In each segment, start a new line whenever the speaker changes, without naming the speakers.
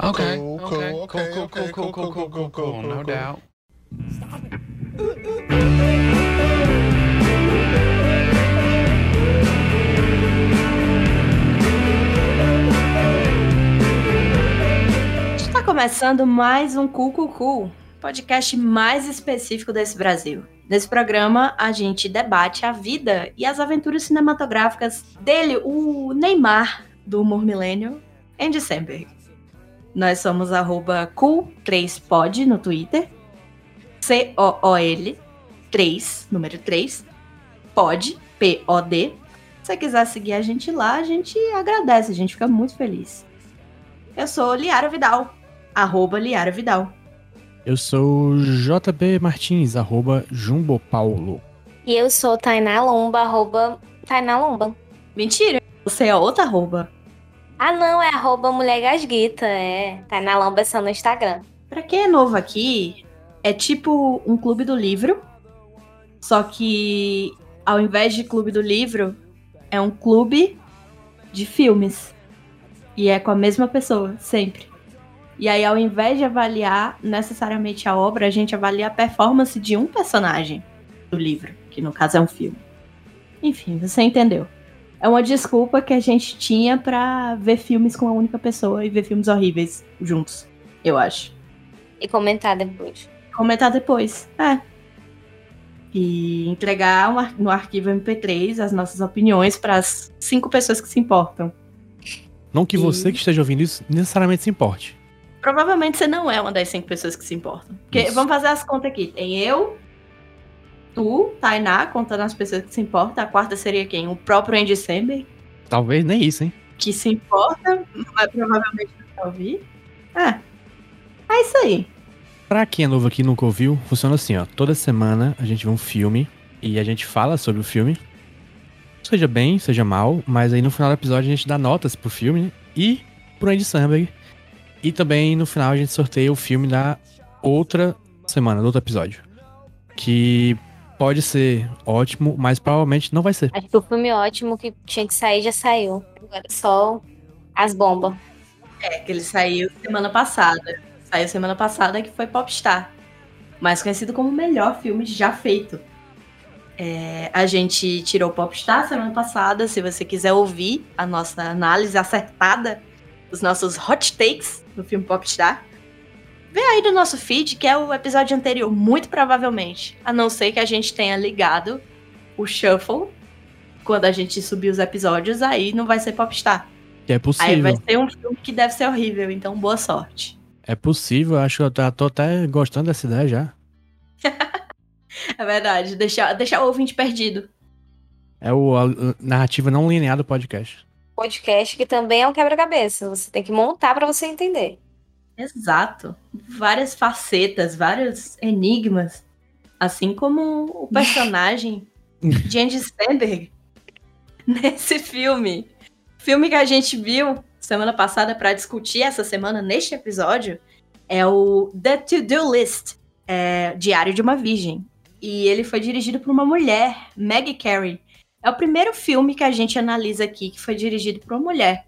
Okay.
Cool, cool,
okay.
okay,
cool, cool,
okay,
cool, cool, cool, cool, cool, cool,
cool,
No
cool.
doubt.
Está tá começando mais um Cu Cu Cu, podcast mais específico desse Brasil. Nesse programa, a gente debate a vida e as aventuras cinematográficas dele, o Neymar, do humor milênio, Andy Samberg. Nós somos arroba cool3pod no Twitter, C-O-O-L, 3, número 3, pod, P-O-D. Se você quiser seguir a gente lá, a gente agradece, a gente fica muito feliz. Eu sou Liara Vidal arroba Liara Vidal.
Eu sou JB Martins, arroba Jumbo Paulo.
E eu sou Tainá Lomba, arroba Tainá Lomba.
Mentira, você é outra arroba.
Ah não, é arroba Mulher Gasguita, é. Tainá Lomba é só no Instagram.
Pra quem é novo aqui, é tipo um clube do livro, só que ao invés de clube do livro, é um clube de filmes. E é com a mesma pessoa, sempre. E aí, ao invés de avaliar necessariamente a obra, a gente avalia a performance de um personagem do livro, que no caso é um filme. Enfim, você entendeu. É uma desculpa que a gente tinha pra ver filmes com uma única pessoa e ver filmes horríveis juntos, eu acho
E comentar depois.
comentar depois. É. E entregar um ar- no arquivo MP3 as nossas opiniões para as cinco pessoas que se importam.
Não que
Sim.
você que esteja ouvindo isso necessariamente se importe.
Provavelmente você não é uma das cinco pessoas que se importam. Porque
Isso.
vamos fazer as contas aqui. Tem eu, tu, Tainá, contando as pessoas que se importam. A quarta seria quem? O próprio Andy Samberg,
Talvez nem isso, hein?
que se importa, mas provavelmente não vai ouvir. É. É isso aí.
Pra quem é novo aqui e nunca ouviu, funciona assim, ó. Toda semana a gente vê um filme e a gente fala sobre o filme. Seja bem, seja mal, mas aí no final do episódio a gente dá notas pro filme né? e pro Andy Samberg. E também no final a gente sorteia o filme da outra semana, do outro episódio. Que pode ser ótimo, mas provavelmente não vai ser.
Acho que o filme ótimo que tinha que sair já saiu. Agora é só as bombas.
É, que ele saiu semana passada. Saiu semana passada que foi Popstar. Mais conhecido como o melhor filme já feito. É, a gente tirou Popstar semana passada. Se você quiser ouvir a nossa análise acertada, os nossos hot takes do filme Popstar, vê aí no nosso feed, que é o episódio anterior, muito provavelmente. A não ser que a gente tenha ligado o Shuffle quando a gente subir os episódios, aí não vai ser Popstar.
Que é
Aí
possível.
vai ser um filme que deve ser horrível, então boa sorte.
É possível, acho que eu tá- tô até gostando dessa ideia já.
É verdade, deixar, deixar o ouvinte perdido.
É o, a, a narrativa não linear do podcast.
Podcast que também é um quebra-cabeça. Você tem que montar pra você entender.
Exato. Várias facetas, vários enigmas. Assim como o personagem de Andy Samberg nesse filme. Filme que a gente viu semana passada pra discutir essa semana neste episódio é o The To-Do List, é, Diário de uma Virgem. E ele foi dirigido por uma mulher, Maggie Carey. É o primeiro filme que a gente analisa aqui que foi dirigido por uma mulher.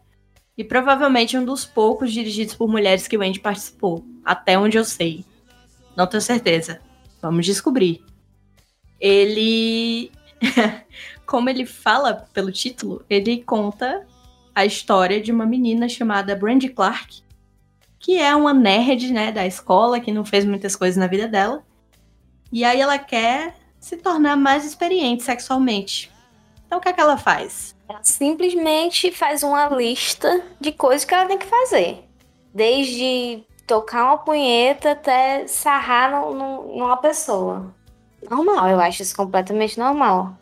E provavelmente um dos poucos dirigidos por mulheres que o Andy participou, até onde eu sei. Não tenho certeza. Vamos descobrir. Ele. Como ele fala pelo título, ele conta a história de uma menina chamada Brandy Clark, que é uma nerd, né, da escola, que não fez muitas coisas na vida dela. E aí ela quer se tornar mais experiente sexualmente. Então o que é que ela faz?
Ela simplesmente faz uma lista de coisas que ela tem que fazer. Desde tocar uma punheta até sarrar num- num- numa pessoa. Normal, eu acho isso completamente normal.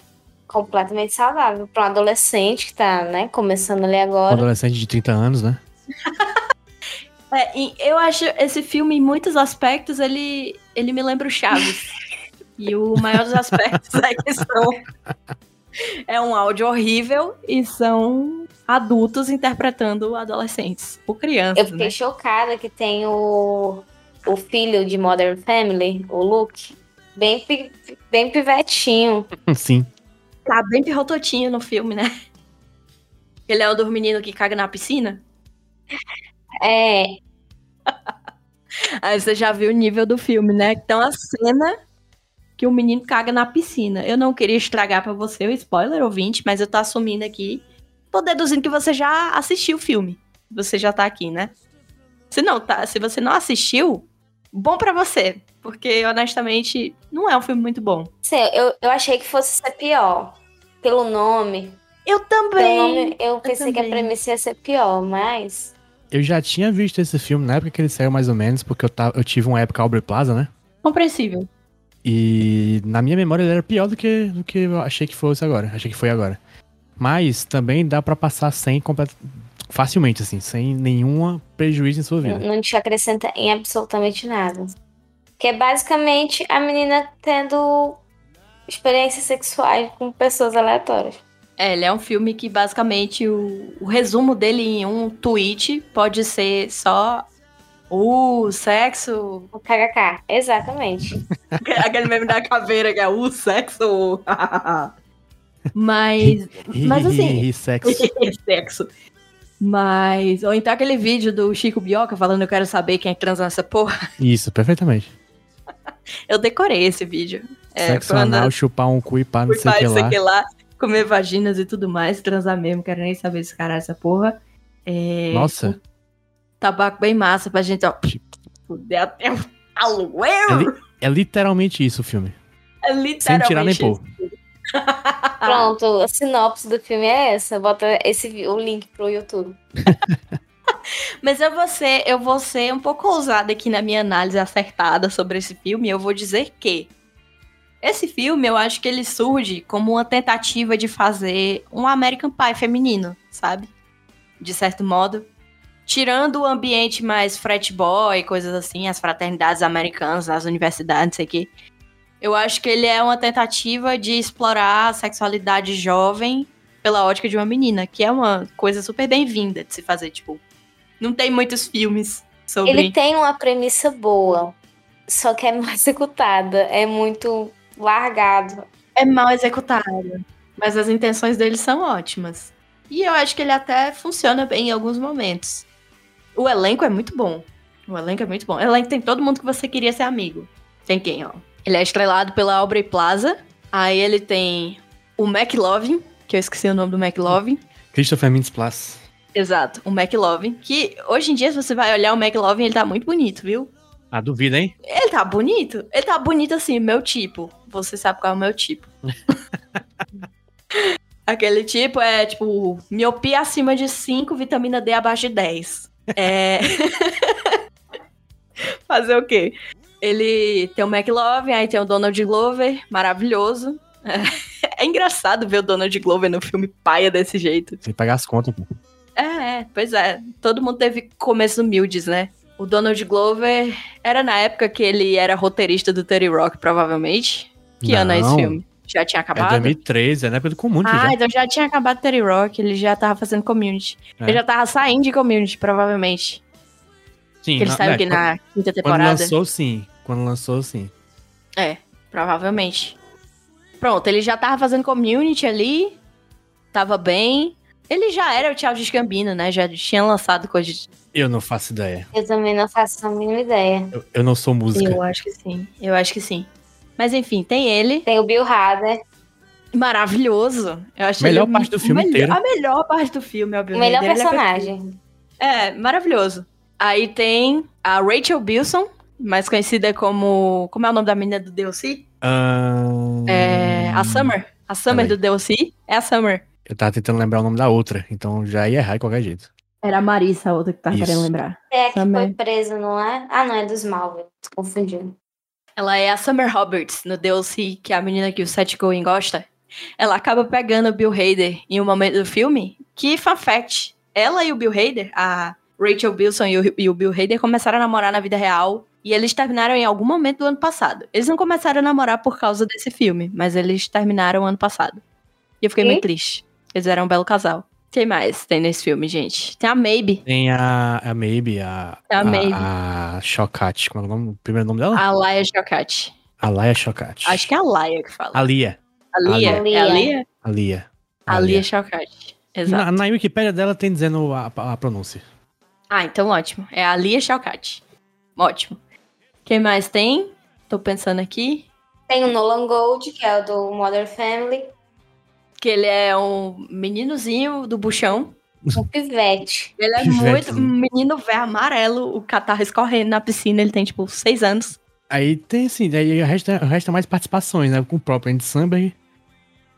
Completamente saudável para um adolescente que tá, né, começando ali
Um
agora.
adolescente de 30 anos, né?
É, e eu acho esse filme, em muitos aspectos, ele, ele me lembra o Chaves. e o maior dos aspectos é que são. É um áudio horrível e são adultos interpretando adolescentes. Ou
Eu
crianças.
fiquei
Né?
chocada que tem o, o filho de Modern Family, o Luke, bem, pi- bem pivetinho.
Sim.
Tá bem pirrototinho no filme, né? Ele é o do menino que caga na piscina.
É,
Aí você já viu o nível do filme, né? Então a cena que o menino caga na piscina. Eu não queria estragar pra você o spoiler ouvinte, mas eu tô assumindo aqui. Tô deduzindo que você já assistiu o filme. Você já tá aqui, né? Se não, tá, se você não assistiu, bom pra você. Porque, honestamente, não é um filme muito bom.
Sim, eu, eu achei que fosse ser pior. Pelo nome.
Eu
Pelo
também.
nome, eu pensei que a
também.
premissa ia ser pior, mas.
Eu já tinha visto esse filme na época que ele saiu, mais ou menos, porque eu, tava, eu tive uma época Aubrey Plaza, né?
Compreensível.
E na minha memória ele era pior do que, do que eu achei que fosse agora. Achei que foi agora. Mas também dá pra passar sem complet- facilmente, assim, sem nenhum prejuízo em sua
É.
Não-
vida.
não te acrescenta em absolutamente nada. Que é basicamente a menina tendo experiências sexuais com pessoas aleatórias.
É, ele é um filme que basicamente o, o resumo dele em um tweet pode ser só o sexo.
O KKK, exatamente.
Aquele meme da caveira que é o sexo. Mas. Mas assim.
Ih, sexo.
sexo. Mas. Ou então aquele vídeo do Chico Bioca falando eu quero saber quem é que transa nessa porra.
Isso, perfeitamente.
Eu decorei esse vídeo. É,
sexo
foi uma
anal, chupar um cu e pá, não sei o que
Cuidar,
lá.
sei lá, comer vaginas e tudo mais, transar mesmo, quero nem saber esse caralho, essa porra. É,
Nossa, Tipo,
Tabaco bem massa pra gente, ó. Fuder até o talo.
é, li- é literalmente isso o filme.
É literalmente.
Sem tirar nem pôr.
Ah.
Pronto, a sinopse do filme é essa. Bota esse, vi- o link pro YouTube.
Mas eu vou, ser, eu vou ser um pouco ousada aqui na minha análise acertada sobre esse filme. Eu vou dizer que esse filme eu acho que ele surge como uma tentativa de fazer um American Pie feminino, sabe? De certo modo. Tirando o ambiente mais frat boy, coisas assim, as fraternidades americanas, as universidades, não sei o quê. Eu acho que ele é uma tentativa de explorar a sexualidade jovem pela ótica de uma menina, que é uma coisa super bem-vinda de se fazer, tipo. Não tem muitos filmes sobre.
Ele tem uma premissa boa, só que é mal executada, é muito largado.
É mal executado. Mas as intenções dele são ótimas. E eu acho que ele até funciona bem em alguns momentos. O elenco é muito bom. O elenco é muito bom. O elenco tem todo mundo que você queria ser amigo. Tem quem, ó? Ele é estrelado pela Aubrey Plaza. Aí ele tem o McLovin, que eu esqueci o nome do McLovin.
Christopher Mintz Plus.
Exato, o McLovin. Que hoje em dia, se você vai olhar o McLovin, ele tá muito bonito, viu?
Ah, duvido, hein?
Ele tá bonito? Ele tá bonito assim, meu tipo. Você sabe qual é o meu tipo. Aquele tipo é, tipo, miopia acima de 5, vitamina D abaixo de 10. É. Fazer o quê? Ele tem o McLovin, aí tem o Donald Glover, maravilhoso. É engraçado ver o Donald Glover no filme paia desse jeito.
Tem que pagar as contas, pô.
É, é, pois é. Todo mundo teve começos humildes, né? O Donald Glover era na época que ele era roteirista do Terry Rock, provavelmente. Que ano é esse
Não,
filme? Já tinha
É
acabado?
2013, é na época do Community
ah,
já.
então já tinha acabado Terry Rock, ele já tava fazendo community.
É.
Ele já tava saindo de community, provavelmente.
Sim,
Ah, Que ele saiu
né,
aqui na quinta
quando
temporada.
lançou, sim. Quando lançou, sim.
Provavelmente. Pronto, ele já tava fazendo community ali, tava bem. Ele já era o Charles Gambino, né? Já tinha lançado coisa de
Eu não faço ideia.
Eu também não faço a mínima ideia.
Eu, eu não sou música.
Eu acho que sim, eu acho que sim. Mas enfim, tem ele,
Tem o Bill Hader,
maravilhoso. Eu acho
Melhor
ele
parte do filme
melhor-
inteiro.
A melhor parte do filme,
o
obviamente.
melhor
Ele é perfeito.
personagem.
É, maravilhoso. Aí tem a Rachel Bilson, mais conhecida como. Como é o nome da menina do DLC?
Ahn,
É, a Summer. A Summer do
Hum. Peraí.
DLC é a Summer.
Eu tava tentando lembrar o nome da outra, então já ia errar de qualquer jeito.
Era a Marissa, a outra que tava
Isso.
querendo lembrar.
É a que
Também.
foi presa, não é? Ah, não, é dos Malvin. Tô confundindo.
Ela é a Summer Roberts no DLC, que é a menina que o Seth Cohen gosta. Ela acaba pegando o Bill Hader em um momento do filme. Que, fun fact, ela e o Bill Hader, a Rachel Bilson e o, e o Bill Hader, começaram a namorar na vida real. E eles terminaram em algum momento do ano passado. Eles não começaram a namorar por causa desse filme, mas eles terminaram ano passado. E eu fiquei
E?
meio triste. Eles eram um belo casal. Quem mais tem nesse filme, gente? Tem a Maybe,
Tem a, a Maybe, a.
É A Maybe.
A, a Chocate. Como é o, nome, o primeiro nome dela?
a Laia Chocate.
A Laia Chocate.
Acho que é a Laia que fala.
A Lia.
A Lia.
Lia.
É a Lia?
A Lia.
A Lia Chocate. é Exato.
Na, na Wikipédia dela tem dizendo a, a pronúncia.
Ah, então é ótimo. É a Lia Chalcati. Ótimo. Quem mais tem? Tô pensando aqui.
Tem o Nolan Gold, que é o do Modern Family,
Que ele é um meninozinho do buchão.
o Pivete.
Ele é
Pivetezinho.
muito um menino velho amarelo, o catarro escorrendo na piscina. Ele tem, tipo, seis anos.
Aí tem assim, daí resta, resta mais participações, né? Com o próprio Andy Samberg.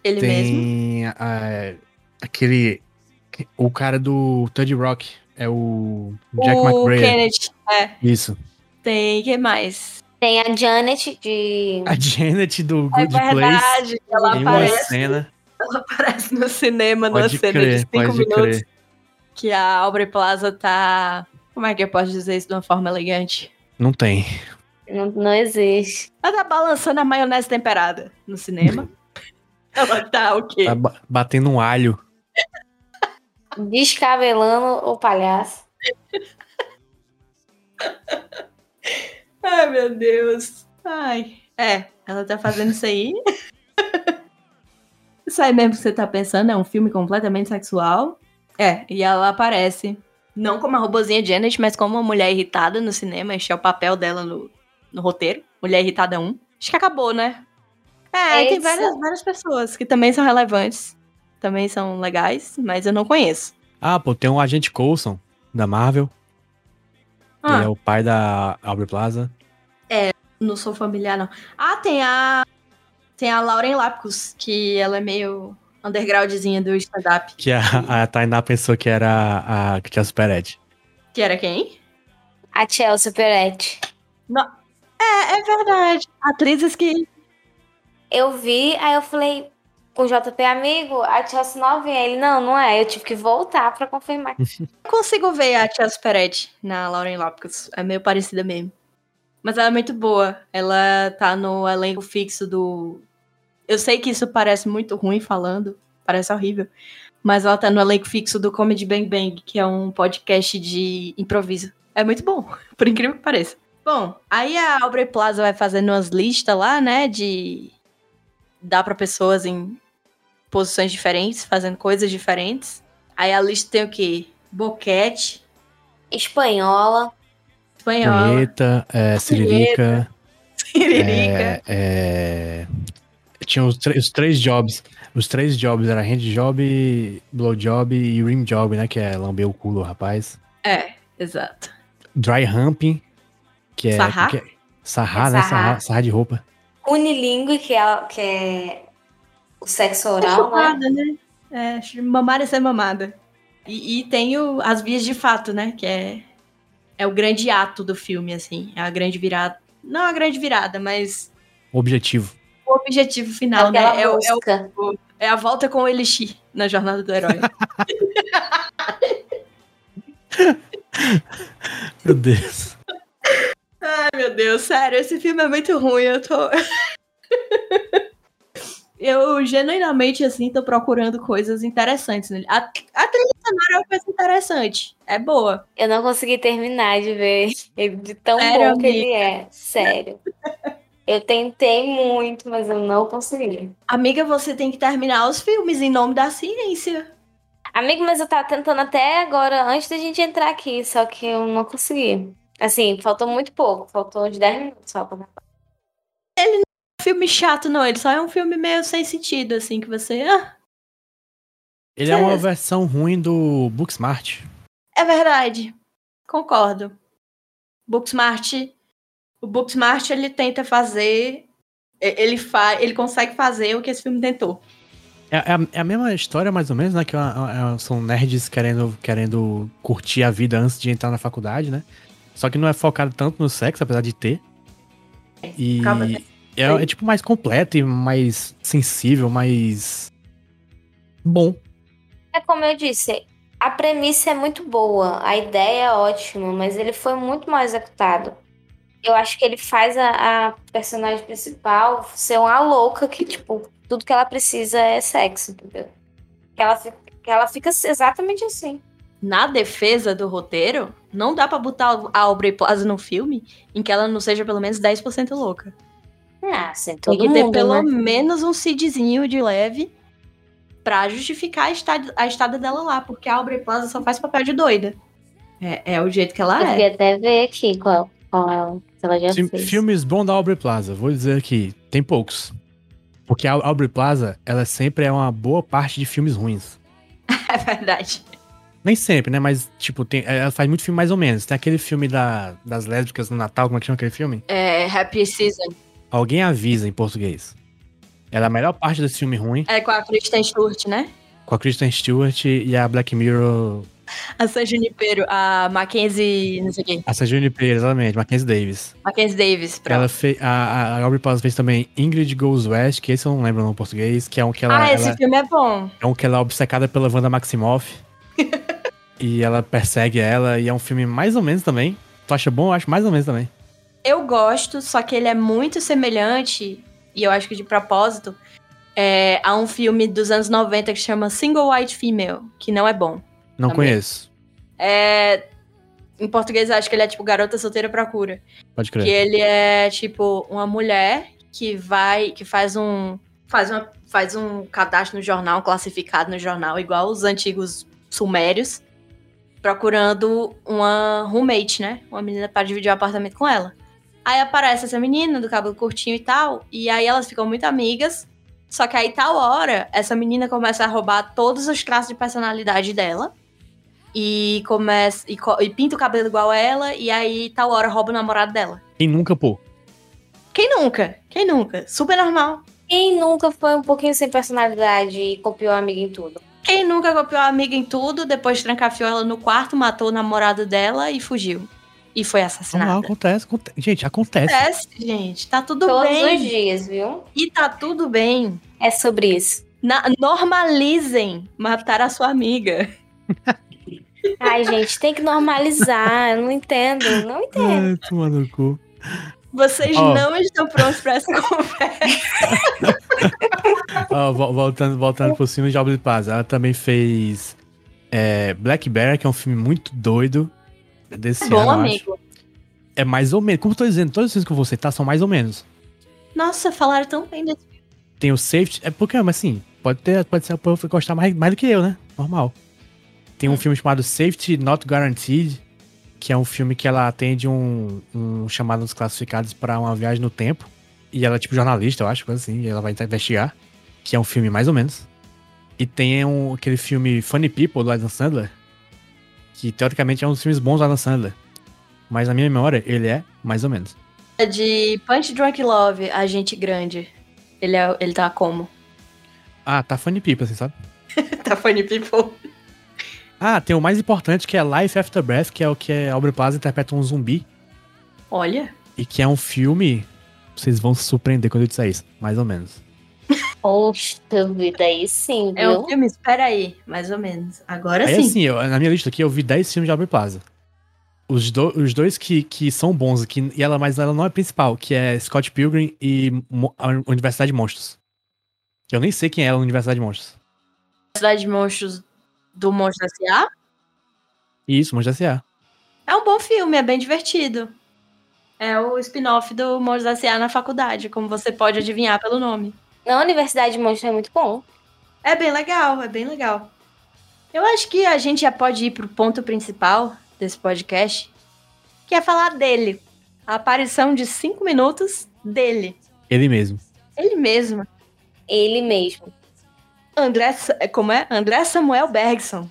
Ele mesmo.
Tem ah, aquele. O cara do Third Rock. É o Jack
o
McBrayer.
Kenneth. É.
Isso.
Tem. Quem mais?
Tem a Janet de.
A Janet do Good
é
Place.
verdade. Ela
Tem uma
aparece,
cena.
ela aparece no cinema, numa
Pode
cena de
crer,
cinco
pode
minutos.
crer.
que a Aubrey Plaza tá. Como é que eu posso dizer isso de uma forma elegante?
Não tem.
Não, não existe.
Ela tá balançando a maionese temperada no cinema. Ela tá o quê?
Tá ba- batendo um alho.
Descabelando o palhaço.
Ai, meu Deus. Ai. É, ela tá fazendo isso aí. isso aí mesmo que você tá pensando, é um filme completamente sexual. É, e ela aparece. Não como a robozinha Janet, mas como uma mulher irritada no cinema. Este é o papel dela no, no roteiro. Mulher irritada 1. Acho que acabou, né? É, aí tem
Essa.
várias, várias pessoas que também são relevantes. Também são legais, mas eu não conheço.
Ah, pô, tem um agente Coulson da Marvel.
Ah.
Ele é o pai da Aubrey Plaza.
Não sou familiar, não. Ah, tem a. Tem a Lauren Lapkus, que ela é meio undergroundzinha do stand-up.
Que a, a Tainá pensou que era a, a que tinha Super Ed.
Que era quem?
A Chelsea Peretti.
É, é verdade. Atrizes que.
Eu vi, aí eu falei com o JP amigo, a Chelsea não vem. Ele, não, não é. Eu tive que voltar pra confirmar.
Eu consigo ver a Chelsea Peretti na Lauren Lapkus. É meio parecida mesmo. Mas ela é muito boa. Ela tá no elenco fixo do. Eu sei que isso parece muito ruim falando, parece horrível. Mas ela tá no elenco fixo do Comedy Bang Bang, que é um podcast de improviso. É muito bom, por incrível que pareça. Bom, aí a Aubrey Plaza vai fazendo umas listas lá, né, de dar pra pessoas em posições diferentes, fazendo coisas diferentes. Aí a lista tem o quê? Boquete,
Espanhola.
espanhola,
Punheta, é, Siririca.
siririca.
é, Tinha os, tre- os três jobs. Os três jobs era hand job, blow job e rim job, né? Que é lamber o culo, rapaz.
É, exato.
Dry humping, que é.
Sarrar?
que é- sarrar, né?
Sarrar.
Sarrar, sarrar de roupa.
Unilingue, que é, que é o sexo oral, né?
Chupada, né? É, ch- mamar é ser mamada. E, e tem o- as vias de fato, né? Que é, é o grande ato do filme, assim. É a grande virada. Não a grande virada, mas
Objetivo.
o objetivo final, né?
Aquela
É, o- é o-
busca.
é a volta com o Elixir na jornada do herói.
Meu Deus.
Ai, meu Deus, sério, esse filme é muito ruim, eu tô. eu genuinamente, assim, tô procurando coisas interessantes nele. A, a trilha sonora é uma coisa interessante, é boa.
Eu não consegui terminar de ver ele de tão
Sério,
bom que ele é. Sério. Eu tentei muito, mas eu não consegui.
Amiga, você tem que terminar os filmes em nome da ciência.
Amigo, mas eu tava tentando até agora, antes da gente entrar aqui, só que eu não consegui. Assim, faltou muito pouco, faltou uns 10 minutos só pra acabar.
Filme chato, não, ele só é um filme meio sem sentido, assim, que você. Ah,
Ele é uma versão ruim do Booksmart.
é verdade, concordo. Booksmart. O Booksmart ele tenta fazer. e- Ele, fa, ele consegue fazer o que esse filme tentou.
É, é a- é a mesma história, mais ou menos, né? Que é uma- é- são nerds querendo, querendo curtir a vida antes de entrar na faculdade, né? Só que não é focado tanto no sexo, apesar de ter. E
Acaba-
é, é, tipo mais completo e mais sensível, mais. Bom.
É como eu disse, a premissa é muito boa, a ideia é ótima, mas ele foi muito mal executado. Eu acho que ele faz a, a personagem principal ser uma louca que, tipo, tudo que ela precisa é sexo, entendeu? Que ela fica, que ela fica exatamente assim.
na defesa do roteiro, não dá pra botar a Aubrey Plaza num filme em que ela não seja pelo menos 10% louca.
Ah, assim,
Tem
todo
que ter
mundo,
pelo
né?
menos um cidzinho de leve pra justificar a estada, a estada dela lá, porque a Aubrey Plaza só faz papel de doida. É, é o jeito que ela
Eu
é.
queria até ver aqui qual, com ela. que Ela já
Sim,
fez.
Filmes bons da Aubrey Plaza, vou dizer que tem poucos. Porque a Aubrey Plaza, ela sempre é uma boa parte de filmes ruins.
É verdade.
Nem sempre, né? Mas, tipo, tem, ela faz muito filme mais ou menos. Tem aquele filme da, das lésbicas no Natal, como é que chama aquele filme?
É, Happy Season.
Alguém avisa em português. Ela é a melhor parte desse filme ruim,
É com a Kristen Stewart, né?
com a Kristen Stewart e a Black Mirror,
A San Junipero, a Mackenzie, não sei o quê.
a San Junipero, exatamente, Mackenzie Davis.
Mackenzie Davis, pronto.
Ela fez, a, a- a Aubrey Plaza fez também Ingrid Goes West, que esse eu não lembro o nome em português, que é um que ela...
ah, esse
ela-
filme é bom.
É um que ela é obcecada pela Wanda Maximoff. e ela persegue ela. E é um filme mais ou menos também. Tu acha bom? Eu acho mais ou menos também.
Eu gosto, só que ele é muito semelhante, e eu acho que de propósito, é, a um filme dos anos 90 que chama Single White Female, que não é bom.
Não
Também.
conheço.
É, em português, eu acho que ele é tipo Garota Solteira Procura.
Pode
Que
crer.
ele é tipo uma mulher que vai, que faz um, faz uma, faz um cadastro no jornal, um classificado no jornal, igual os antigos sumérios, procurando uma roommate, né? Uma menina para dividir o apartamento com ela. Aí aparece essa menina do cabelo curtinho e tal, e aí elas ficam muito amigas. Só que aí tal hora, essa menina começa a roubar todos os traços de personalidade dela e começa e, co- e pinta o cabelo igual ela e aí tal hora rouba o namorado dela.
Quem nunca, pô?
Quem nunca? Quem nunca? Super normal.
Quem nunca foi um pouquinho sem personalidade e copiou a amiga em tudo?
Quem nunca copiou a amiga em tudo, depois trancafiou ela no quarto, matou o namorado dela e fugiu. E foi
Normal, é
assassinada.
acontece, aconte- Gente, acontece.
Acontece, gente. Tá tudo
Todos os
bem.
dias, viu?
E tá tudo bem.
É sobre isso.
Na- normalizem matar a sua amiga.
Ai, gente, tem que normalizar. Eu não entendo, não entendo.
Ai, toma no cu.
Vocês
Ó.
não estão prontos pra essa conversa.
Ó, vo- voltando, voltando por cima de Aubrey Plaza. Ela também fez é, Black Bear, que é um filme muito doido. Desse
É bom,
ano, eu acho.
amigo.
É mais ou menos. Como eu tô dizendo, todos os filmes que eu vou citar são mais ou menos.
Nossa, falaram tão bem desse.
tem o safety. É porque, mas assim, pode ter, pode ser a pessoa que gostar mais, mais do que eu, né? Normal. Tem um filme chamado Safety Not Guaranteed, que é um filme que ela atende um, um chamado dos classificados pra uma viagem no tempo. E ela é tipo jornalista, eu acho, coisa assim, e ela vai investigar. Que é um filme mais ou menos. E tem um, aquele filme Funny People do Adam Sandler, que teoricamente é um dos filmes bons do Adam Sandler. Mas na minha memória, ele é mais ou menos.
É de Punch Drunk Love, a gente grande. Ele, é, ele tá como?
Ah, tá Funny People, assim, sabe?
tá funny people.
Ah, tem o mais importante que é Life After Breath, que é o que é Aubrey Plaza interpreta um zumbi.
Olha,
E que é um filme. Vocês vão se surpreender quando eu disser isso, mais ou menos.
Poxa vida, aí sim,
é um
viu?
filme, espera aí, mais ou menos. Agora
Aí
É sim.
assim, eu- na minha lista aqui eu vi 10 filmes de Aubrey Plaza. Os, do- os dois que, que são bons, que, e ela, mas ela não é principal, que é Scott Pilgrim e Mo- a Universidade de Monstros. Eu nem sei quem é ela na Universidade de Monstros.
Cidade de Monstros do Monstro S.A.
E isso, Monstros S.A.
É um bom filme, é bem divertido. É o spin-off do Monstro S.A. na faculdade, como você pode adivinhar pelo nome.
Na Universidade de Monstro é muito bom.
É bem legal, é bem legal. Eu acho que a gente já pode ir pro ponto principal desse podcast, que é falar dele. A aparição de cinco minutos dele.
Ele mesmo.
Ele mesmo.
Ele mesmo.
André, Sa- é, como é? André Samuel Bergson.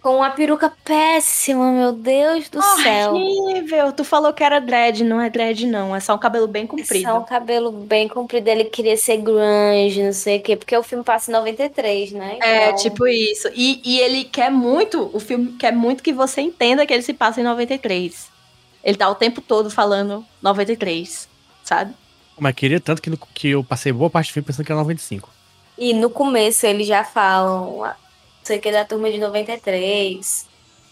Com uma peruca péssima, meu Deus do céu.
Horrível! Tu falou que era dread, não é dread não, é só um cabelo bem comprido.
Só o cabelo bem comprido, ele queria ser grunge, não sei o quê, porque o filme passa em 93, né?
É,
Então,
tipo isso. E, e ele quer muito, o filme quer muito que você entenda que ele se passa em 93. Ele tá o tempo todo falando 93, sabe?
Mas queria tanto que, no- que eu passei boa parte do filme pensando que era 95.
E no começo eles já falam, ah, não sei o que, da turma de 93.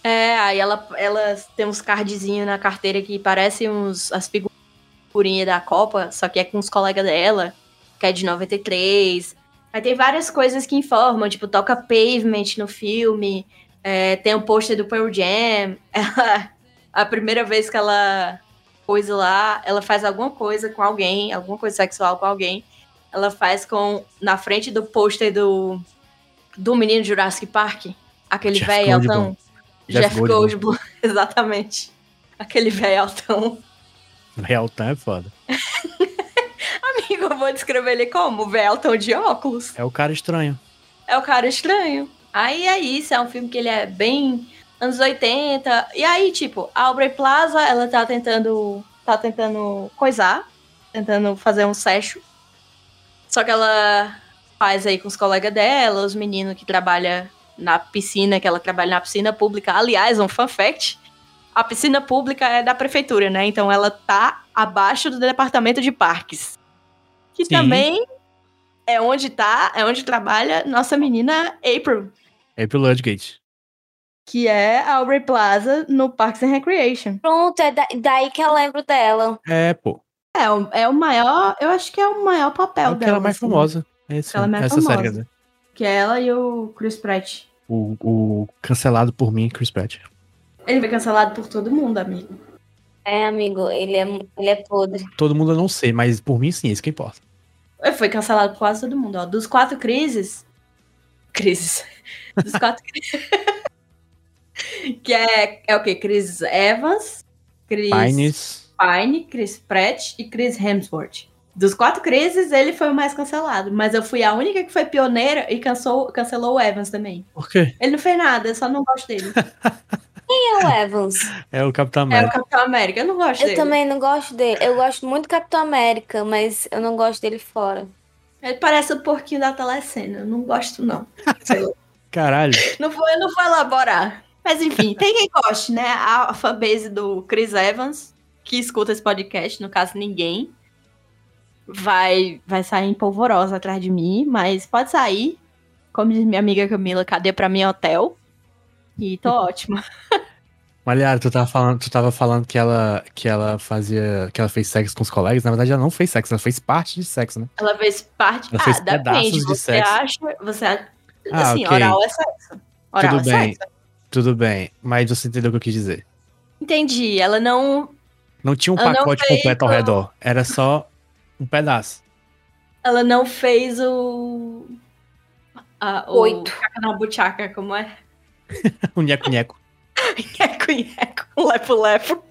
É, aí ela, ela tem uns cardzinhos na carteira que parecem uns, as figurinhas da Copa, só que é com os colegas dela, que é de 93. Aí tem várias coisas que informam, tipo, toca Pavement no filme, é, tem o pôster do Pearl Jam. Ela, a primeira vez que ela coisa lá, ela faz alguma coisa com alguém, alguma coisa sexual com alguém. Ela faz com, na frente do pôster do, do menino de Jurassic Park, aquele
Jeff
velho altão.
Goldblum. Jeff
Jeff
Goldblum.
Goldblum, exatamente. Aquele velho altão.
Veltão é foda.
Amigo, eu vou descrever ele como? Velho altão de óculos.
É o cara estranho.
É o cara estranho. Aí é isso, é um filme que ele é bem anos 80. E aí, tipo, a Aubrey Plaza, ela tá tentando. tá tentando coisar, tentando fazer um session. Só que ela faz aí com os colegas dela, os meninos que trabalham na piscina, que ela trabalha na piscina pública. Aliás, um fun fact. A piscina pública é da prefeitura, né? Então ela tá abaixo do departamento de parques. Que
Sim.
também é onde tá, é onde trabalha nossa menina April,
É pro Ludgate.
que é a Aubrey Plaza no Parks and Recreation.
Pronto, é da- daí que eu lembro dela.
É, pô.
É, o- é o maior, eu acho que é o maior
É
papel
o que
dela.
ela é mais
assim,
famosa. É esse,
Ela é
filme,
mais
essa série,
famosa.
quer dizer.
Que é ela e o Chris Pratt.
O, o cancelado por mim, Chris Pratt.
Ele foi cancelado por todo mundo, amigo.
É, amigo, ele é, mu- ele é podre.
Todo mundo eu não sei, mas por mim sim, é isso que importa.
Ele foi cancelado por quase todo mundo, ó. Dos quatro crises. Crises. Dos quatro crises. que é, é o quê? Chris Evans, Chris
Pines.
Pine, Chris Pratt e Chris Hemsworth. Dos quatro crises, ele foi o mais cancelado. Mas eu fui a única que foi pioneira e cansou, cancelou o Evans também.
Por quê?
Ele não fez nada, eu só não gosto dele.
Quem é o Evans?
É o Capitão
é o
América.
Capitão América, eu não gosto
Eu
dele.
também não gosto dele. Eu gosto muito do Capitão América, mas eu não gosto dele fora.
Ele parece o porquinho da telecena, eu não gosto não. Sei lá.
Caralho.
Não vou, eu não vou elaborar. Mas enfim, tem quem goste, né? A fanbase do Chris Evans, que escuta esse podcast, no caso ninguém, vai, vai sair em polvorosa atrás de mim, mas pode sair. Como diz minha amiga Camila, cadê pra mim hotel? E tô ótima.
Maliara, tu tava falando, tu tava falando que ela que ela fazia, que ela fez sexo com os colegas, na verdade ela não fez sexo, ela fez parte de sexo, né?
Ela fez parte.
Ela fez
ah, depende.
pedaços de
Você
sexo.
acha. Você acha.
Ah,
Assim,
ok.
oral é sexo. Oral
Tudo
é
bem.
sexo.
Tudo bem, mas você entendeu o que eu quis dizer.
Entendi. Ela não
Não tinha um
Eu não
pacote
sei,
completo ao
não.
redor, era só um pedaço.
Ela não fez o. a- o
Oito.
Caca na buchaca, como é?
Um nheco-nheco.
Nheco, nheco, é lepo, lepo.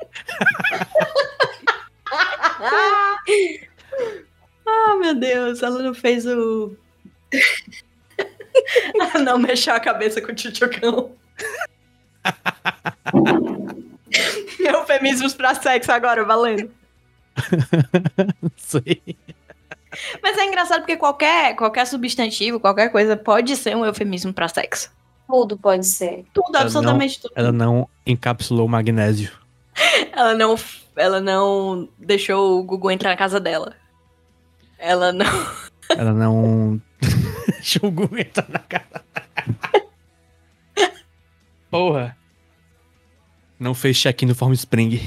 ah, meu Deus, ela não fez o. ah, não mexeu a cabeça com o tchutchucão. Eufemismos pra sexo agora, valendo.
Não sei.
Mas é engraçado porque qualquer, qualquer substantivo, qualquer coisa pode ser um eufemismo pra sexo.
Tudo pode ser.
Tudo,
Ela
absolutamente tudo.
Ela não encapsulou o magnésio.
Ela não, ela não deixou o Gugu entrar na casa dela. Ela não.
Ela não. Jogou entrar tá na casa. Porra. Não fez check-in no Form Spring.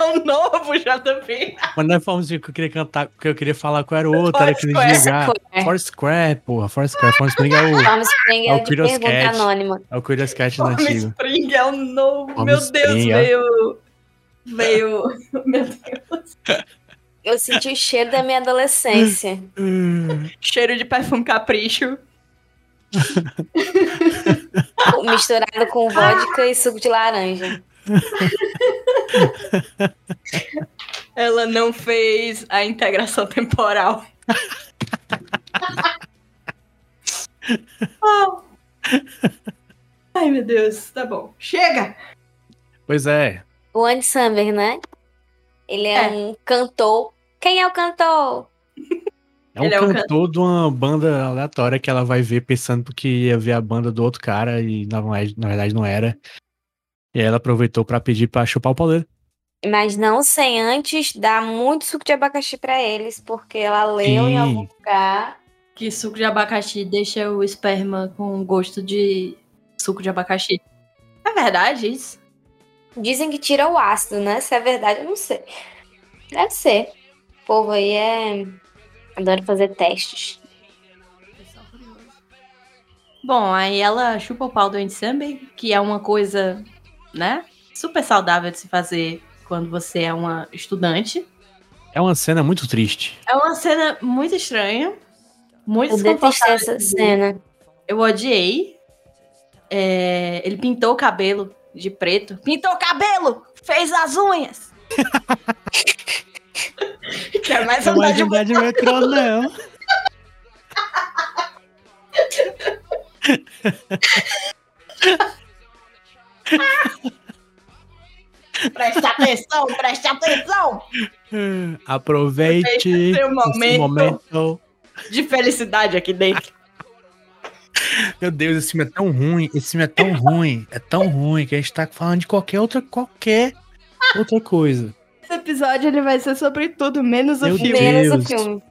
É um novo JP.
Mas não é Form Spring que eu queria cantar, que eu queria falar qual era o outro, era aquele de
Foursquare.
ligar.
Foursquare.
Foursquare, porra. Foursquare. Form Spring é o,
Palm
É
Spring é
o
de
Curious
pergunta
Cat.
anônima.
é o Curious Cat
Home
antigo.
Spring é um novo.
Home
Meu Deus,
Spring, é.
veio. Veio. Meu Deus.
Eu senti o cheiro da minha adolescência.
Cheiro de perfume capricho.
misturado com vodka e suco de laranja.
Ela não fez a integração temporal. Ah. Ai, meu Deus, tá bom. Chega!
Pois é.
O Andy Samberg, né? Ele é,
É.
um cantor. Quem é o cantor?
É um
Ele é o
cantor
can-
de uma banda aleatória que ela vai ver pensando que ia ver a banda do outro cara e na, na verdade não era. E aí ela aproveitou pra pedir pra chupar o pau dele.
Mas não sem antes dar muito suco de abacaxi pra eles, porque ela leu
Sim.
em algum lugar.
Que suco de abacaxi deixa o esperma com um gosto de suco de abacaxi. É verdade isso?
Dizem que tira o ácido, né? Se é verdade, eu não sei. Deve ser. O povo aí é. Adoro fazer testes.
Bom, aí ela chupa o pau do Andy Samberg, que é uma coisa, né? Super saudável de se fazer quando você é uma estudante.
É uma cena muito triste.
É uma cena muito estranha, muito
Eu detestei
desconfortável.
essa cena.
Eu odiei. É, ele pintou o cabelo de preto. Pintou o cabelo! Fez as unhas! Quer mais
Não
andar
vai
de
jogar de metrô, não.
Presta atenção, presta atenção!
Aproveite
Seu
esse
momento
momento.
de felicidade aqui dentro.
Meu Deus, esse filme é tão ruim. Esse filme é tão ruim. É tão ruim que a gente tá falando de qualquer outra, qualquer outra coisa.
Esse episódio ele vai ser sobre tudo, menos
Meu
o filme.
Deus.
Menos o filme.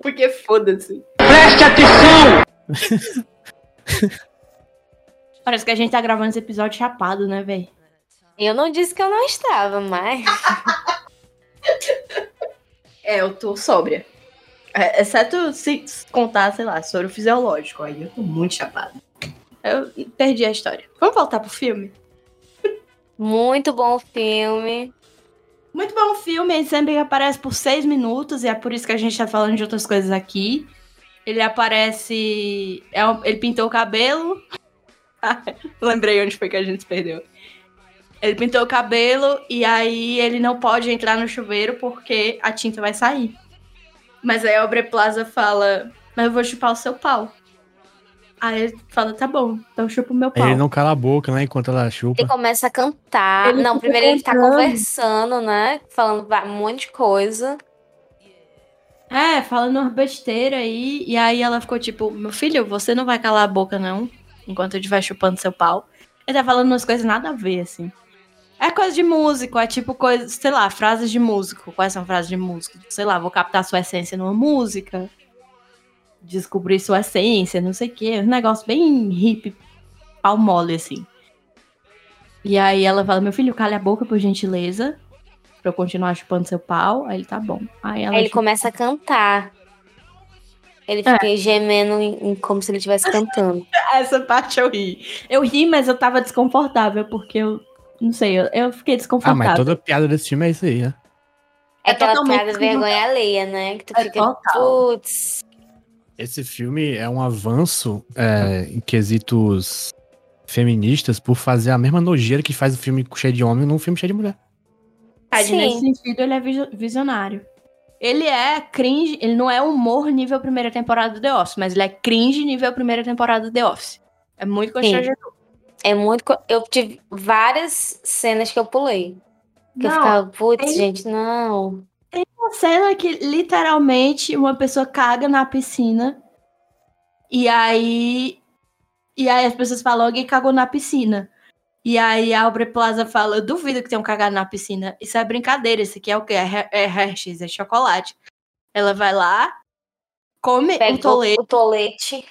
Porque foda-se. Preste atenção! Parece que a gente tá gravando esse episódio chapado, né, velho?
Eu não disse que eu não estava, mas.
É, eu tô sóbria. É, exceto se contar, sei lá, soro fisiológico. Aí eu tô muito chapada. Eu perdi a história. Vamos voltar pro filme?
Muito bom filme.
Muito bom filme, ele sempre aparece por seis minutos, e é por isso que a gente tá falando de outras coisas aqui. Ele aparece. é um- ele pintou o cabelo. Lembrei onde foi que a gente se perdeu. Ele pintou o cabelo e aí ele não pode entrar no chuveiro porque a tinta vai sair. Mas aí a Obreplaza fala: Mas eu vou chupar o seu pau. Aí ele fala: Tá bom, então chupa o meu pau.
Ele não cala a boca, né? Enquanto ela chupa.
Ele começa a cantar.
Ele
não,
fica
primeiro ele tá
cantando.
conversando, né? Falando va- um monte de coisa.
É, falando uma besteira aí. E aí ela ficou tipo: Meu filho, você não vai calar a boca, não. Enquanto eu estiver chupando seu pau. Ele tá falando umas coisas nada a ver, assim. É coisa de músico, é tipo coisa, sei lá, frases de músico. Quais são frases de músico? Sei lá, vou captar sua essência numa música. Descobrir sua essência, não sei o quê. Um negócio bem hippie, pau mole, assim. E aí ela fala: Meu filho, cala a boca, por gentileza. Pra eu continuar chupando seu pau. Aí ele tá bom. Aí ela É.
Aí ele
chupa.
começa a cantar. Ele fica gemendo em- em- como se ele estivesse cantando.
Essa parte eu ri. Eu ri, mas eu tava desconfortável, porque eu. Não sei, eu, eu fiquei
Ah, mas
desconfortável.
toda piada desse filme é isso aí, né?
É
É
aquela
totalmente
piada de vergonha alheia, né? Que tu
É
fica,
total.
putz,
Esse filme é um avanço é, em quesitos feministas por fazer a mesma nojeira que faz o filme cheio de homem num filme cheio de mulher.
Mas
sim.
nesse sentido, ele é viso- visionário. Ele é cringe, ele não é humor nível primeira temporada do The Office, mas ele é cringe nível primeira temporada do The Office. É muito constrangedor.
é muito. co- Eu tive várias cenas que eu pulei. Que eu
Não,
ficava, putz,
tem-
gente, não.
uma cena que literalmente uma pessoa caga na piscina e aí e aí as pessoas falam alguém cagou na piscina. E aí a Aubrey Plaza fala, eu duvido que tenham cagado na piscina. Isso é brincadeira, isso aqui é o quê? É, Her- é Hershey's, é chocolate. Ela vai lá, come
Pega
o um tolete
o tolete.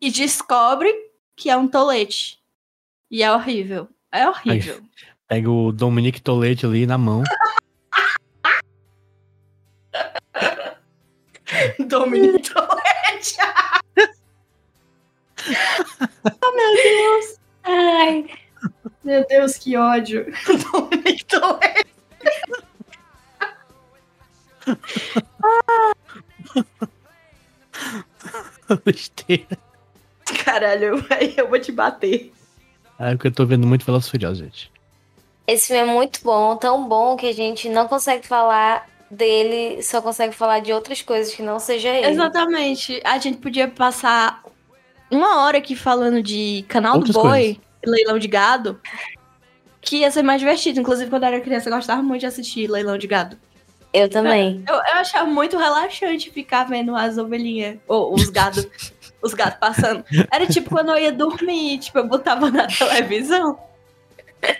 e descobre que é um tolete. E é horrível. É horrível.
Pega o Dominique Tolete ali na mão.
Dominique Tolete.
Ai,
Meu Deus, que ódio. Dominique Toretto.
Besteira.
Caralho, eu- eu vou te bater.
É porque eu tô vendo muito Velozes e Furiosos, gente.
esse filme é muito bom, tão bom que a gente não consegue falar dele, só consegue falar de outras coisas que não seja ele.
Exatamente. A gente podia passar uma hora aqui falando de canal
Outras
do boi,
coisas.
leilão de gado, que ia ser mais divertido. Inclusive, quando eu era criança, eu gostava muito de assistir leilão de gado.
Eu também.
Eu, eu achava muito relaxante ficar vendo as ovelhinhas, ou os gados, os gatos passando. Era tipo quando eu ia dormir, tipo, eu botava na televisão.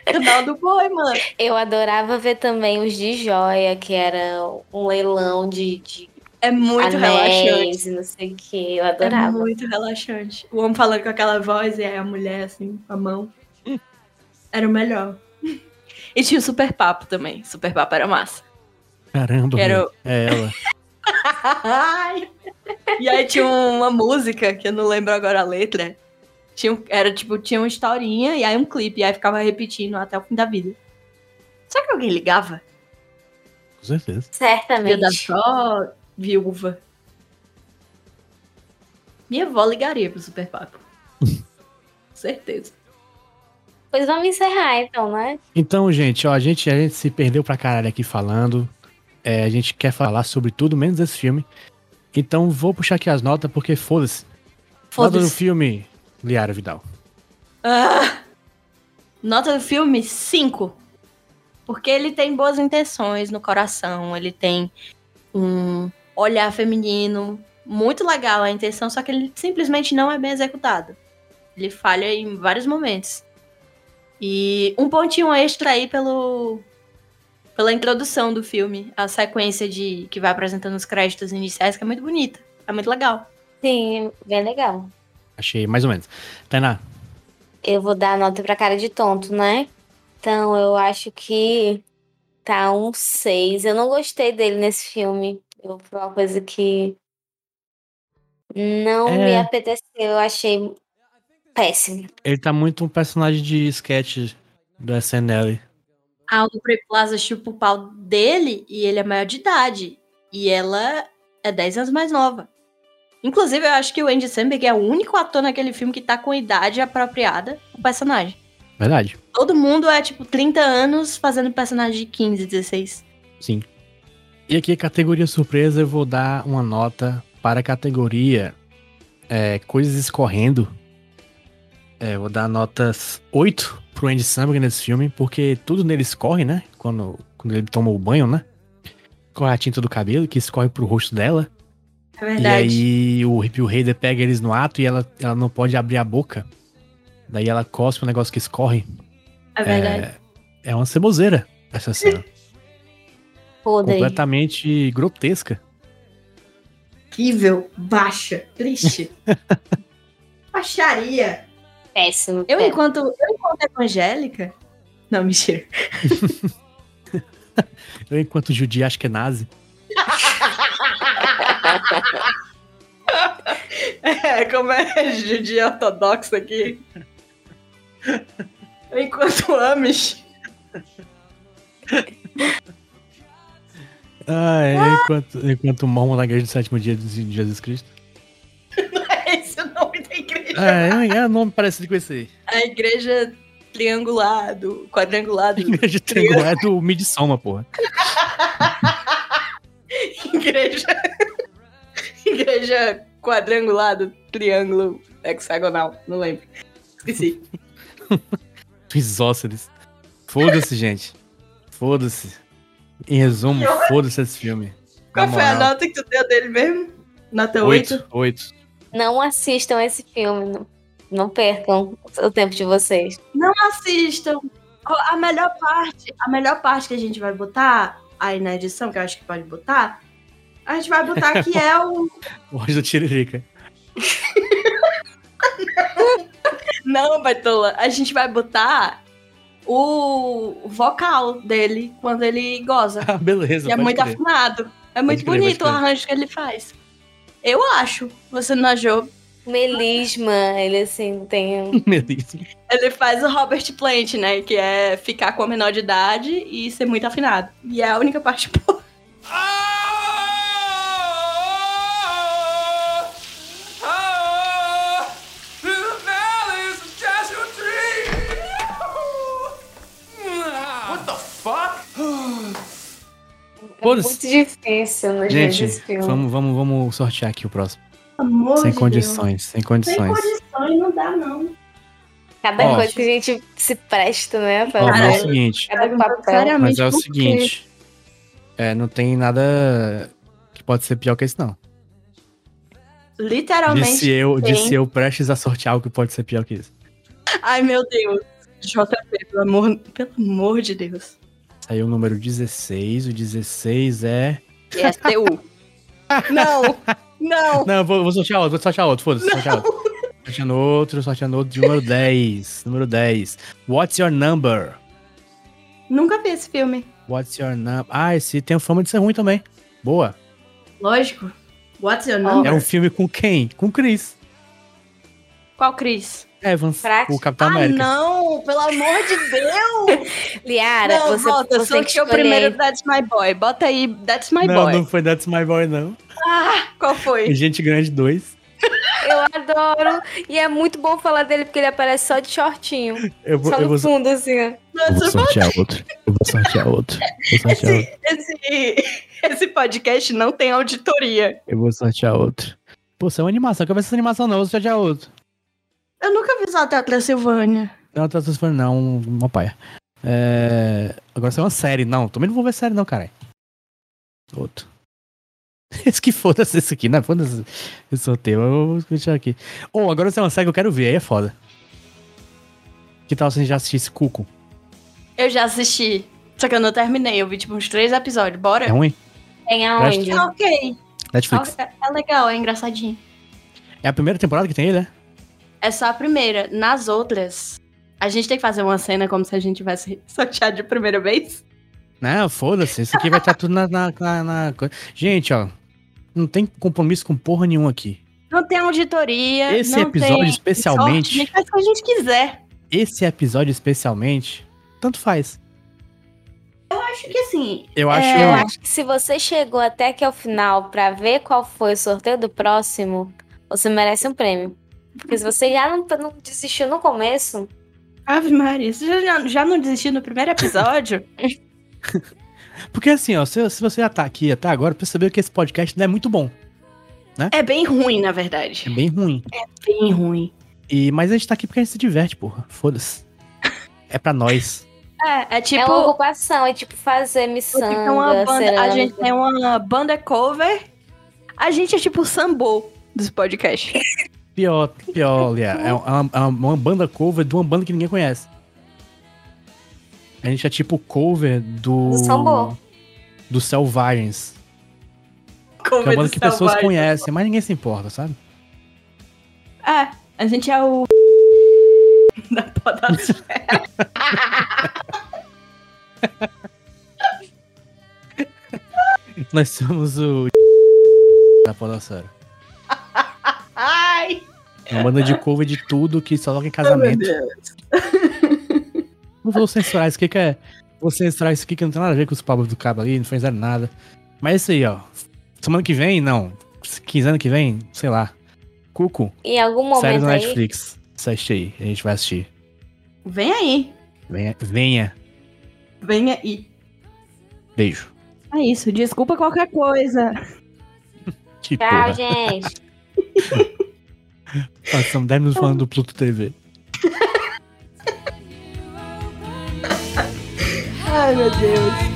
Canal do boi, mano.
Eu adorava ver também os de joia, que era um leilão de, de
É muito
anéis
relaxante.
e não sei o que. Eu
É
adorava.
muito relaxante. O homem falando com aquela voz e aí a mulher, assim, com a mão. Era o melhor. E tinha o Super Papo também. Super Papo era massa.
Caramba,
Era-
velho. é ela.
Ai. e aí tinha uma música, que eu não lembro agora a letra. Tinha, um- era tipo, tinha uma historinha e aí um clipe. E aí ficava repetindo até o fim da vida. Será que alguém ligava?
Com certeza.
Ia dar
Certamente.
só viúva. Minha avó ligaria pro Super Papo. Certeza.
Pois vamos encerrar então, né?
Então, gente, ó, a gente, a gente se perdeu pra caralho aqui falando. É, a gente quer falar sobre tudo, menos esse filme. Então vou puxar aqui as notas, porque foda-se. Nota do
Foda-se.
filme, Liara Vidal.
Ah! nota do filme, 5. Porque ele tem boas intenções no coração, ele tem um olhar feminino muito legal a intenção, só que ele simplesmente não é bem executado. Ele falha em vários momentos. E um pontinho extra aí pelo pela introdução do filme, a sequência de que vai apresentando os créditos iniciais, que é muito bonita, é muito legal.
Sim, bem legal.
Achei mais ou menos. Tainá,
Eu vou dar nota pra cara de tonto, né? Então eu acho que tá um 6. Eu não gostei dele nesse filme. Eu, foi uma coisa que não me
É.
apeteceu. Eu achei péssimo.
ele tá muito um personagem de sketch do SNL.
A Aubrey Plaza chupa o pau dele e ele é maior de idade. E ela é 10 anos mais nova. Inclusive, eu acho que o Andy Samberg é o único ator naquele filme que tá com idade apropriada o personagem.
Verdade.
Todo mundo é, tipo, 30 anos fazendo personagem de 15, 16.
Sim. E aqui, categoria surpresa, eu vou dar uma nota para a categoria é, Coisas Escorrendo. É, eu vou dar notas 8 pro Andy Samberg nesse filme, porque tudo nele escorre, né? Quando, quando ele toma o banho, né? Corre a tinta do cabelo, que escorre pro rosto dela.
É verdade.
E aí o Rip Raider pega eles no ato e ela, ela não pode abrir a boca. Daí ela cospe o negócio que escorre.
é verdade.
É uma ceboseira essa cena.
Podre.
completamente grotesca. é.
Horrível, baixa, triste. Baixaria. É.
Péssimo.
Eu,
péssimo.
enquanto, eu, enquanto evangélica. Não, mentira.
Eu, enquanto judia ashkenazi,
É, como é judia ortodoxo aqui. Enquanto Amish.
ah, é, enquanto, enquanto mormon na igreja do sétimo dia de Jesus Cristo.
Esse é o nome da igreja.
Ah, é, é um nome parecido com esse aí.
A igreja triangulado, quadrangulado.
Igreja Triângulo é do Midsommar, porra.
igreja. igreja quadrangulado, triângulo, hexagonal. Não lembro. Esqueci.
Do Isósceles. Foda-se, gente. Foda-se. Em resumo, foda-se esse filme.
Qual
Na
foi a
moral.
nota que tu deu dele mesmo? Nota 8?
Oito. Oito.
Não assistam esse filme. Não, não percam o tempo de vocês.
Não assistam. Ó, A melhor parte, a melhor parte que a gente vai botar aí na edição, que eu acho que pode botar, a gente vai botar que é o
Hoje do Tiririca.
Não, Batola, a gente vai botar o vocal dele quando ele goza.
Ah, beleza.
Que é
pode
muito
crer.
afinado. É muito
crer,
bonito o
pode crer.
arranjo que ele faz. Eu acho. Você não achou?
Melisma, ele assim tem. um-
Beleza.
Ele faz o Robert Plant, né? Que é ficar com a menor de idade e ser muito afinado. E é a única parte boa.
What the fuck?
É
Foda-se.
muito difícil, né, gente,
Gente, um
esse filme.
vamos, vamos, vamos sortear aqui o próximo.
Amor
Sem condições, sem condições.
condições, não dá, não.
Cada
Ó.
coisa que a gente se presta, né?
Ó, mas
Para
é o seguinte.
um
cada papel.
Mas é o seguinte. É, não tem nada que pode ser pior que isso, não.
Literalmente.
Disse eu,
tem.
disse eu prestes a sortear algo que pode ser pior que isso.
Ai, meu Deus. JP, pelo amor, pelo amor de Deus.
Saiu o número 16, o 16 é.
STU. não, não.
Não, eu vou, vou sortear outro, vou sortear outro, foda-se, sortear outro. Sorteando outro, sorteando outro, número 10. Número 10. What's your number?
Nunca vi esse filme.
What's your number? Ah, esse tem fama de ser ruim também. Boa.
Lógico. What's your
name?
É um filme com quem? Com Chris
Qual, Cris?
Evans,
Pra-
o Capitão
ah,
Tá América.
não, pelo amor de Deus.
Liara,
não,
você,
volta,
você
só
que
que o
escolher.
primeiro That's My Boy. Bota aí That's My
não,
Boy. Ah,
não foi That's My Boy, não.
Qual foi?
Gente Grande 2.
Eu adoro. E é muito bom falar dele porque ele aparece só de shortinho.
Eu vou,
só
eu
no
vou,
fundo, assim, ó.
eu vou
Nossa,
sortear outro. Eu vou sortear outro. Vou sortear outro.
esse, esse, esse podcast não tem auditoria.
Eu vou sortear outro. Pô, isso é uma animação. Que eu ver essa animação não, eu vou sortear outro.
Eu nunca vi Hotel Transilvânia.
Não, Transformers não, uma paia. É... Agora isso é uma série, não. Também não vou ver série, não, caralho. Outro. Esse que foda-se esse aqui, né? Foda-se esse sorteio. Eu vou deixar aqui. Ou agora isso é uma série que eu quero ver, aí é foda. Que tal se a gente já assistisse Cuco?
Eu já assisti. Só que eu não terminei. Eu vi tipo uns três episódios. Bora?
É ruim?
Tem aonde?
É ok.
Netflix.
É é legal, é engraçadinho.
É a primeira temporada que tem ele, né?
É só a primeira. Nas outras, a gente tem que fazer uma cena como se a gente tivesse sorteado de primeira vez.
Não, Né? foda-se. Isso aqui vai estar tudo na, na, na- na coisa. Gente, ó. Não tem compromisso com porra nenhuma aqui.
Não tem auditoria.
Esse
É, não
episódio
tem
especialmente-
sorte, A gente faz o que a gente quiser.
Esse episódio especialmente, tanto faz.
Acho que assim.
Eu acho.
Eu acho que se você chegou até aqui ao final pra ver qual foi o sorteio do próximo, você merece um prêmio. Porque se você já não, não desistiu no começo,
Ave Maria, você já, já não desistiu no primeiro episódio?
Porque assim, ó, se, se você já tá aqui até agora, percebeu que esse podcast não é muito bom.
é bem ruim, na
É
verdade.
bem ruim.
Bem ruim.
E, mas a gente tá aqui porque a gente se diverte, porra. Foda-se. É pra nós.
É, é tipo.
é uma ocupação, é tipo fazer missão.
tem uma banda, a gente tem uma banda cover. A gente é tipo o Sambo desse podcast.
Pior, pior, Lia. É uma, é uma banda cover de uma banda que ninguém conhece. A gente é tipo cover do.
Do Sambô.
Do Selvagens. Que é
Cover
uma banda
do
que pessoas
Selvagem.
conhecem, mas ninguém se importa, sabe?
É, a gente é o. da podosfera.
Nós somos o. da Podosfera.
Ai!
É uma banda de cover de tudo que só toca em
Meu
casamento.
Deus.
Não vou censurar isso aqui que é. Vou censurar isso aqui que não tem nada a ver com os pabos do cabo ali, não fez nada. Mas é isso aí, ó. Semana que vem, não. Quinzena que vem, sei lá. Cuco,
Em algum
série
Um momento
da
aí,
Netflix. Assiste aí, a gente vai assistir.
Vem aí.
Venha. venha.
Vem aí.
Beijo.
É isso, desculpa qualquer coisa.
Que
Tchau,
porra.
gente.
Passamos 10 minutos falando do Pluto TV.
Ai, meu Deus.